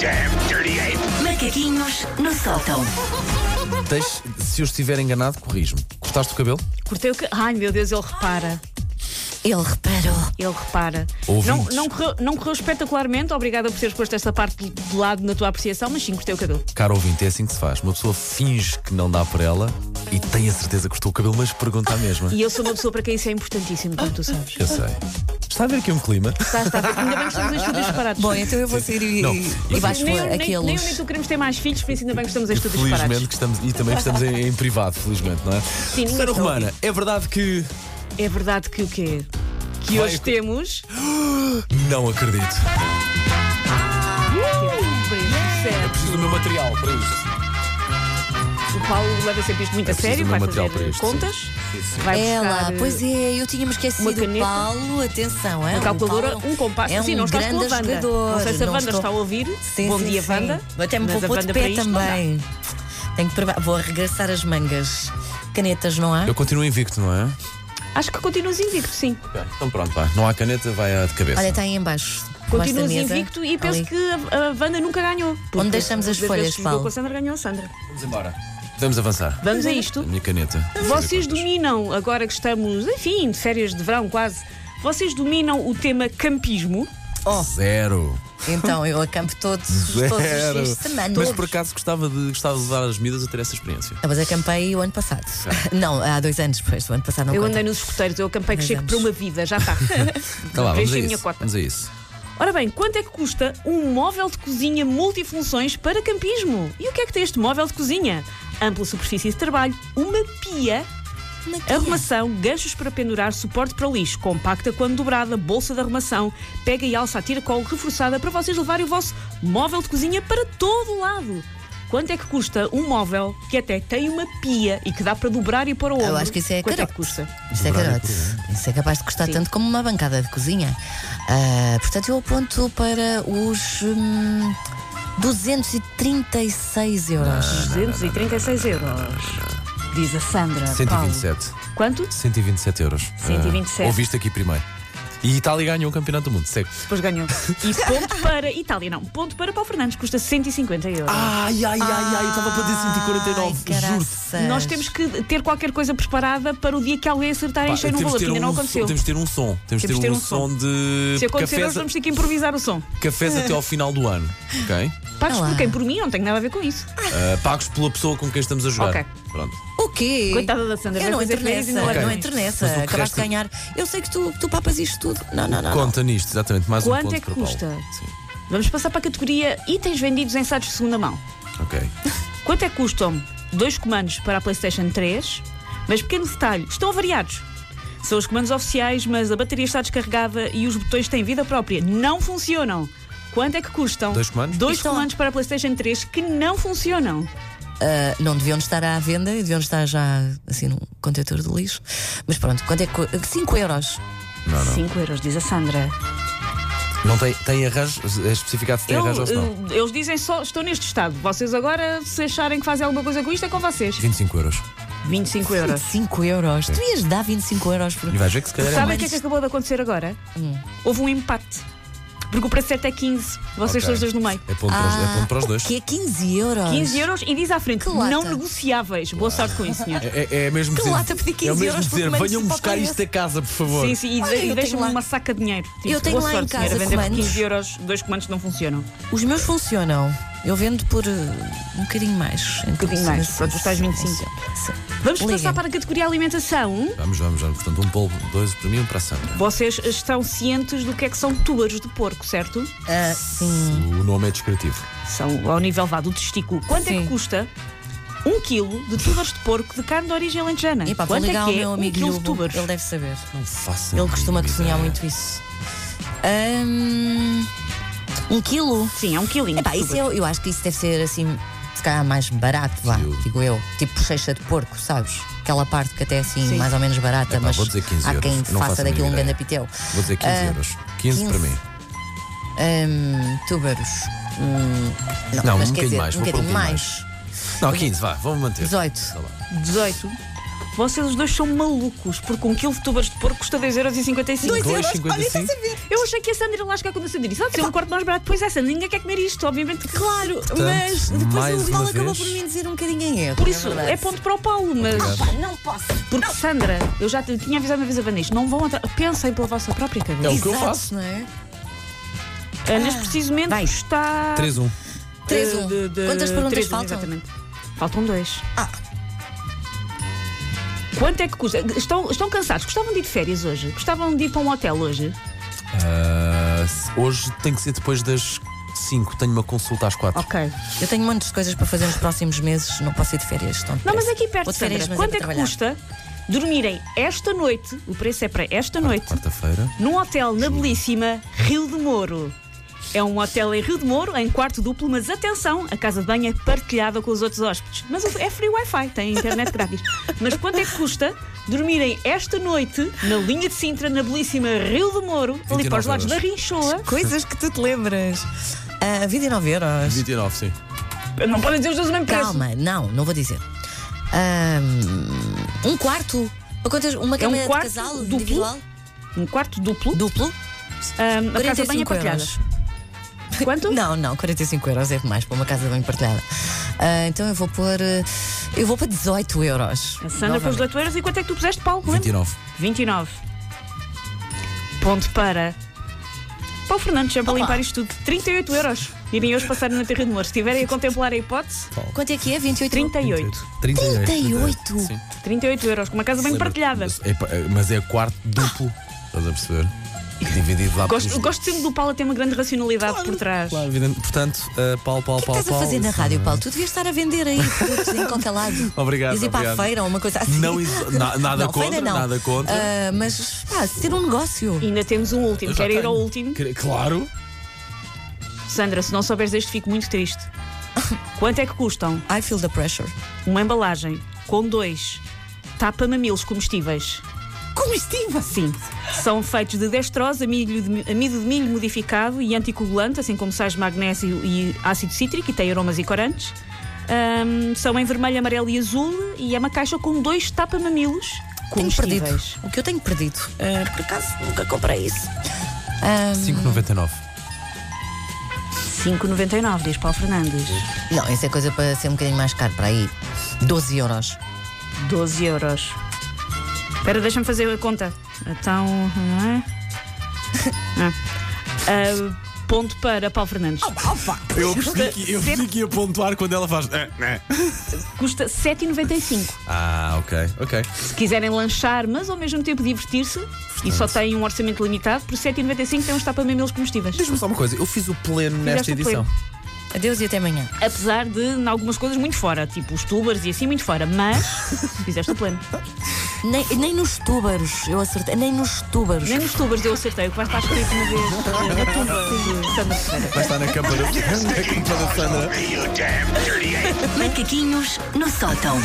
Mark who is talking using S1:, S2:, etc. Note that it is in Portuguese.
S1: damn dirty ape!
S2: Macaquinhos no sótão.
S3: Deixe- se eu estiver enganado, corrijo-me. Cortaste o cabelo?
S4: Cortei o que. Ai meu Deus, ele repara.
S2: Ele reparou.
S4: Ele repara. Não,
S3: Ouvintes.
S4: não, correu, não correu espetacularmente. Obrigada por teres posto esta parte de lado na tua apreciação, mas sim, cortei o cabelo.
S3: Caro ouvinte, é assim que se faz. Uma pessoa finge que não dá por ela e tem a certeza que cortou o cabelo, mas pergunta à mesma.
S4: E eu sou uma pessoa para quem isso é importantíssimo, como tu sabes.
S3: Eu sei. Está a ver aqui um clima?
S4: Está, está. Ainda bem que estamos em estúdios separados.
S2: Bom, então eu vou sair e,
S3: Não,
S2: e
S3: eu-
S2: vais
S4: nem,
S2: pôr
S4: eu- nem,
S2: aqui a
S4: nem eu
S2: luz.
S4: nem tu queremos ter mais filhos, por isso ainda bem que estamos em estúdios
S3: Felizmente
S4: separados.
S3: que estamos. E também que estamos em, em privado, felizmente, não é?
S4: ninguém
S3: Susana
S4: está a
S3: Romana, é verdade que.
S4: É verdade que o quê? Que
S3: Vai,
S4: hoje
S3: co-
S4: temos.
S3: Não acredito.
S4: Percebe?
S3: Preciso do meu material para isto.
S4: O Paulo leva sempre isto muito a
S3: É preciso
S4: sério,
S3: do
S4: vai
S3: meu material para
S4: fazer
S3: isto,
S4: contas.
S3: Sim, sim.
S4: Vai
S2: Ela,
S4: buscar, eh,
S2: pois é, eu tinha-me
S4: uma
S2: esquecido.
S4: caneta.
S2: Paulo, atenção, é?
S4: Uma
S2: o
S4: calculadora,
S2: Paulo
S4: um compasso.
S2: É um
S4: sim, não estás com a
S2: grande
S4: Wanda.
S2: jogador.
S4: Não sei se a
S2: não
S4: Wanda
S2: estou-
S4: está a ouvir.
S2: Sim,
S4: Bom
S2: sim,
S4: dia,
S2: sim.
S4: Wanda.
S2: Vou até me
S4: Mas a
S2: poupou de
S4: Wanda
S2: pé
S4: para isto não dá.
S2: também. Tenho que provar. Vou arregaçar as mangas. Canetas, não há?
S3: Eu continuo invicto, não é?
S4: Acho que continuas invicto, sim.
S3: Ok, Então pronto, vai. Não há caneta, vai à de cabeça.
S2: Olha, está aí embaixo. debaixo da
S4: Continuas
S2: mesa,
S4: invicto e penso
S2: ali.
S4: que a, a Wanda nunca ganhou. Porque
S2: deixamos as
S4: das vezes
S2: folhas,
S4: que jogou
S2: Paulo?
S4: com a Sandra ganhou a Sandra.
S3: Vamos embora. Podemos avançar.
S4: Vamos a isto.
S3: A minha caneta.
S4: Vocês dominam, agora que estamos, enfim, de férias de verão quase, vocês dominam o tema campismo.
S3: Zero.
S2: Então, eu acampo todos, todos os
S3: Zero.
S2: dias de semana.
S3: Mas por acaso gostava de, gostava de levar as miúdas a ter essa experiência.
S4: Tá
S2: Ah, Mas acampei o ano passado. Não, há dois anos depois. O ano passado não
S4: eu
S2: conta.
S4: andei nos escuteiros, eu acampei que
S2: Mas
S4: chego
S2: vamos.
S4: para uma vida, já está.
S3: Tá lá, vamos a
S4: Preenchi a minha
S3: isso.
S4: cota.
S3: Vamos a isso.
S4: Ora bem, quanto é que custa um móvel de cozinha multifunções para campismo? E o que é que tem este móvel de cozinha? Ampla superfície de trabalho, uma pia,
S2: Uma tia.
S4: arrumação, ganchos para pendurar, suporte para lixo, compacta quando dobrada, bolsa de arrumação, pega e alça a tiracol reforçada para vocês levarem o vosso móvel de cozinha para todo o lado. Quanto é que custa um móvel que até tem uma pia e que dá para dobrar e pôr o ombro?
S2: Eu acho que isso é
S4: Quanto
S2: carote.
S4: é que custa?
S2: Isso é carote. Isso é capaz de custar
S4: Sim.
S2: tanto como uma bancada de cozinha. Ah, portanto, eu aponto para os hum, 236 euros.
S4: 236 euros. Diz a Sandra. Paulo.
S3: 127.
S4: Quanto?
S3: 127 euros.
S4: 127.
S3: Ah, ouviste aqui primeiro. E Itália ganhou o Campeonato do Mundo. Segue.
S4: Depois ganhou. E ponto para Itália, não. Ponto para Paulo Fernandes, custa 150 euros.
S3: Ai, ai, ai, ai. Estava para dizer 149.
S2: Ai,
S3: Juro-te.
S2: caraças.
S4: Nós temos que ter qualquer coisa preparada para o dia que alguém acertar em
S3: Pá,
S4: cheio no valor,
S3: de
S4: que ainda não
S3: um som,
S4: aconteceu.
S3: temos de ter um som. Temos de ter, um, som de.
S4: Se acontecer
S3: cafés,
S4: hoje, vamos ter que improvisar o som.
S3: cafés até ao final do ano. Ok?
S4: Pagos
S2: Olá.
S4: por quem? Por mim? Não tenho nada a ver com isso.
S3: Ah, pagos pela pessoa com quem estamos a jogar.
S4: Ok.
S3: Pronto.
S2: O quê?
S4: Coitada da Sandra,
S2: Eu não
S4: vai fazer
S2: entro
S4: férias
S2: nessa.
S4: e não é
S3: vai
S2: Não
S3: ganhar.
S2: entro
S3: Mas o que
S2: nessa. Acabaste
S3: resta-
S2: de ganhar. Eu sei que tu, que tu papas isto tudo. Não, não, não.
S3: Conta nisto, exatamente. Mais
S4: Quanto
S3: um ponto
S4: é que
S3: para Paulo.
S4: custa?
S3: Sim.
S4: Vamos passar para a categoria itens vendidos em sites de segunda mão.
S3: Ok.
S4: Quanto é que custam dois comandos para a PlayStation 3? Mas pequeno detalhe, estão variados. São os comandos oficiais, mas a bateria está descarregada e os botões têm vida própria. Não funcionam. Quanto é que custam?
S3: Dois comandos?
S4: Dois
S2: Estão-
S4: comandos para a PlayStation 3 que não funcionam.
S2: Ah, não deviam estar à venda e deviam estar já assim num contentor de lixo. Mas pronto, quanto é que. 5 euros.
S3: Não, não.
S4: 5 euros, diz a Sandra.
S3: Não tem, tem arranjo? É especificado se tem
S4: Eu,
S3: arranjo ou se não.
S4: eh, eles dizem só, estou neste estado. Vocês agora, se acharem que fazem alguma coisa com isto, é com vocês.
S3: 25 euros.
S4: 25 euros.
S2: 5 euros. Tu ias dar 25 euros por.
S3: E vais ver que se calhar é
S4: Sabem o
S3: mais.
S4: que é que acabou de acontecer agora? Houve um empate. Porque o preço certo é 15. Vocês
S3: Ok.
S4: estão os dois no meio.
S3: É ponto, para,
S4: Ah,
S3: os, é ponto para os dois.
S2: Que é 15 euros.
S4: 15 euros e diz à frente,
S2: Que lata.
S4: não negociáveis. Boa sorte com isso, senhor.
S3: É, é mesmo
S2: Que
S3: dizer,
S2: lata, pedi 15
S3: é mesmo
S2: euros por
S3: dizer
S2: comando
S3: venham
S2: de
S3: buscar
S2: papel.
S3: isto a casa, por favor.
S4: Sim, sim, e,
S2: Olha, eu
S4: e
S2: tenho
S4: deixa-me
S2: lá.
S4: uma saca de dinheiro. Tipo,
S2: Eu tenho
S4: boa
S2: lá em
S4: sorte,
S2: casa
S4: senhora. Vender por
S2: comandos.
S4: 15 euros, dois comandos não funcionam. Um
S2: Os meus funcionam. Eu vendo por uh, um bocadinho mais. Um
S4: bocadinho mais. Pronto, os tais 25. Vamos
S2: Liga.
S4: passar para a categoria alimentação.
S3: Vamos, vamos, vamos. Portanto, um polvo, dois para mim, um para a Sandra.
S4: Vocês estão cientes do que é que são túbaros de porco, certo?
S2: Ah,
S3: O nome é descritivo.
S4: São ao nível vá do testículo. Quanto é
S2: Sim.
S4: que custa? Um quilo de túbaros de porco de carne de origem alentejana.
S2: E pá, vou
S4: Quanto é
S2: ligar ao
S4: que é
S2: meu
S4: um
S2: amigo
S4: quilo de
S2: Lubo.
S4: túbaros?
S2: Ele deve saber.
S3: Não faça.
S2: Ele costuma
S3: mínima
S2: cozinhar
S3: ideia.
S2: muito isso. Ahm, um quilo.
S4: Sim, é um quilinho.
S2: Epá,
S4: de
S2: isso
S4: túbaros.
S2: eu, eu acho que isso deve ser assim, se calhar mais barato, vá,
S3: Sim, eu-
S2: digo eu. Tipo bochecha de porco, sabes? Aquela parte que até é assim,
S4: Sim.
S2: mais ou menos barata,
S3: Epá,
S2: mas
S3: vou dizer 15
S2: há
S3: euros.
S2: quem
S3: Eu não faço
S2: faça
S3: a
S2: daquilo um
S3: mínima
S2: grande
S3: ideia.
S2: apiteu.
S3: Vou dizer 15
S2: Ah,
S3: euros. 15, para
S2: 15.
S3: mim.
S2: Ahm, túbaros. Hum, não,
S3: Não,
S2: mas
S3: um
S2: quer dizer,
S3: bocadinho mais,
S2: um
S3: vou pôr um
S2: bocadinho
S3: bocadinho
S2: mais.
S4: Ah.
S3: Não, 15, vá, vamos manter.
S2: 18.
S3: Tá lá.
S4: 18. Vocês os dois são malucos, porque um quilo de tubas de porco custa 2,55€.
S2: 2 euros, olha, estás
S3: 2,55.
S2: a ver?
S4: Eu achei que a Sandra ia lá chegar quando a Sandra disse: Ah, tem um quarto mais barato. Pois é, Sandra, ninguém quer comer isto, obviamente. que Claro,
S2: Mas depois
S3: mais
S2: o Vidal
S3: uma
S2: acabou
S3: vez.
S2: por mim dizer um bocadinho em erro.
S4: Por isso,
S2: verdade.
S4: é ponto para o Paulo, mas.
S3: Obrigado.
S2: Pá, Não posso.
S3: É
S4: Porque, Sandra, eu já te- tinha avisado uma vez a Vanessa, não vão atrás. Pensem pela vossa própria
S3: É
S4: cabeça.
S3: o que eu
S2: Exato,
S3: faço.
S2: Não é?
S4: Ah, neste preciso momento
S2: Vai.
S4: está.
S3: 3-1.
S2: Três,
S4: eh,
S2: um.
S4: de- de-
S2: Quantas perguntas
S4: três,
S2: faltam?
S4: Exatamente. Faltam dois.
S2: Ah.
S4: Quanto é que custa? Estão, estão cansados? Gostavam de ir de férias hoje? Gostavam de ir para um hotel hoje?
S3: Ah, se- hoje tem que ser depois das 5. Tenho uma consulta às 4.
S4: Ok.
S2: Eu tenho muitas coisas para fazer nos próximos meses, não posso ir de férias. Não,
S4: Não, mas aqui perto,
S2: Vou de férias,
S4: Sandra,
S2: mas
S4: quanto é
S2: para
S4: que
S2: trabalhar.
S4: custa dormirem esta noite? O preço é para esta noite.
S3: Quarta-feira.
S4: num hotel na belíssima Rio de Moro. É um hotel em Rio de Moro, em quarto duplo, mas atenção, a casa de banho é partilhada com os outros hóspedes. Mas é free Wi-Fi, tem internet grátis. Mas quanto é que custa dormirem esta noite na linha de Sintra, na belíssima Rio de Moro, ali
S3: 29
S4: para os lados da
S3: euros.
S4: Rinchoa?
S2: Coisas que tu te lembras. Ah, 29 euros.
S3: 29, sim.
S4: Não podem dizer os dois o mesmo preço.
S2: Calma, não, não vou dizer. Ah, um quarto. Ou quantas- Uma cama de
S4: É um quarto
S2: casal
S4: duplo?
S2: individual?
S4: Um quarto duplo,
S2: Duplo?
S4: ahm, a casa de banho é
S2: 45
S4: partilhada.
S2: euros.
S4: Quanto?
S2: Não, não, 45 euros é demais para uma casa bem partilhada. Ah, então eu vou pôr. eh, eu vou para 18 euros.
S4: A Sandra pôs
S2: Novamente.
S4: 18 euros e quanto é que tu puseste, Paulo? Lembra?
S3: 29.
S4: 29. Ponto para. Paulo Fernandes, sempre a
S2: Olá.
S4: limpar isto tudo. 38 euros. Irem hoje passar na Terra do Moro. Se estiverem a contemplar a hipótese,
S2: Quanto é que é? 28?
S4: 38.
S3: 38.
S2: 38?
S3: Sim.
S4: 38 euros, com uma casa bem
S3: Lembra-
S4: partilhada.
S3: Mas é, pa- é- mas é quarto duplo. Estás a perceber? Dividido lá
S4: Gosto,
S3: pelos-
S4: gosto sempre do Paulo ter uma grande racionalidade por trás.
S3: Claro, evidente. Portanto, uh,
S2: O
S3: Paulo, Paulo,
S2: que é que
S3: Paulo.
S2: estás a fazer na
S3: Paulo,
S2: rádio, Paulo? Tu devias estar a vender aí produtos em qualquer lado.
S3: Obrigado,
S2: Ias ir para a
S3: obrigado.
S2: feira ou uma coisa assim.
S3: Não, isso- na- nada
S2: Não, feira
S3: contra,
S2: não.
S3: nada contra.
S2: Ah, mas, pá, ter um negócio.
S4: E ainda temos um último.
S3: Eu já
S4: Quero ir ao
S3: tenho.
S4: último.
S3: Quer- Claro.
S4: Sandra, se não souberes deste, fico muito triste. Quanto é que custam
S2: I feel the pressure.
S4: uma embalagem com dois tapa-mamilos comestíveis?
S2: Comestível.
S4: Sim, são feitos de destrosa, milho de mi- amido de milho modificado e anticoagulante, assim como sais de magnésio e ácido cítrico, e tem aromas e corantes. Ahm, são em vermelho, amarelo e azul, e é uma caixa com dois tapa-mamilos um
S2: Tenho perdido.
S4: comestíveis.
S2: O que eu tenho perdido. Ah, por acaso nunca comprei isso. Ah,
S3: 5,99.
S4: 5,99, diz Paulo Fernandes.
S2: não, isso é coisa para ser um bocadinho mais caro para aí. 12 euros.
S4: 12 euros. Espera, deixa-me fazer a conta. Então. não é? Ah. Ah, ponto para Paulo Fernandes.
S3: Eu percebi que, eu percebi que ia pontuar quando ela faz. "Eh, eh".
S4: Custa 7,95.
S3: Ah, ok, ok.
S4: Se quiserem lanchar, mas ao mesmo tempo divertir-se, e só têm um orçamento limitado, por 7,95 tem uns tapa-mamilos um comestíveis.
S3: Diz-me só uma coisa, eu fiz o pleno nesta
S4: o
S3: edição.
S2: Adeus e até amanhã.
S4: Apesar de, em algumas coisas, muito fora, tipo os tubers e assim, muito fora, mas fizeste o plano.
S2: Nem, nem nos túbaros eu acertei, nem nos túbaros.
S4: Nem nos tubers eu acertei, o que vai estar escrito uma vez eh, na tuba de Sandra Ferreira.
S3: Vai estar na capa da, na capa da Sandra.
S1: Macaquinhos no sótão.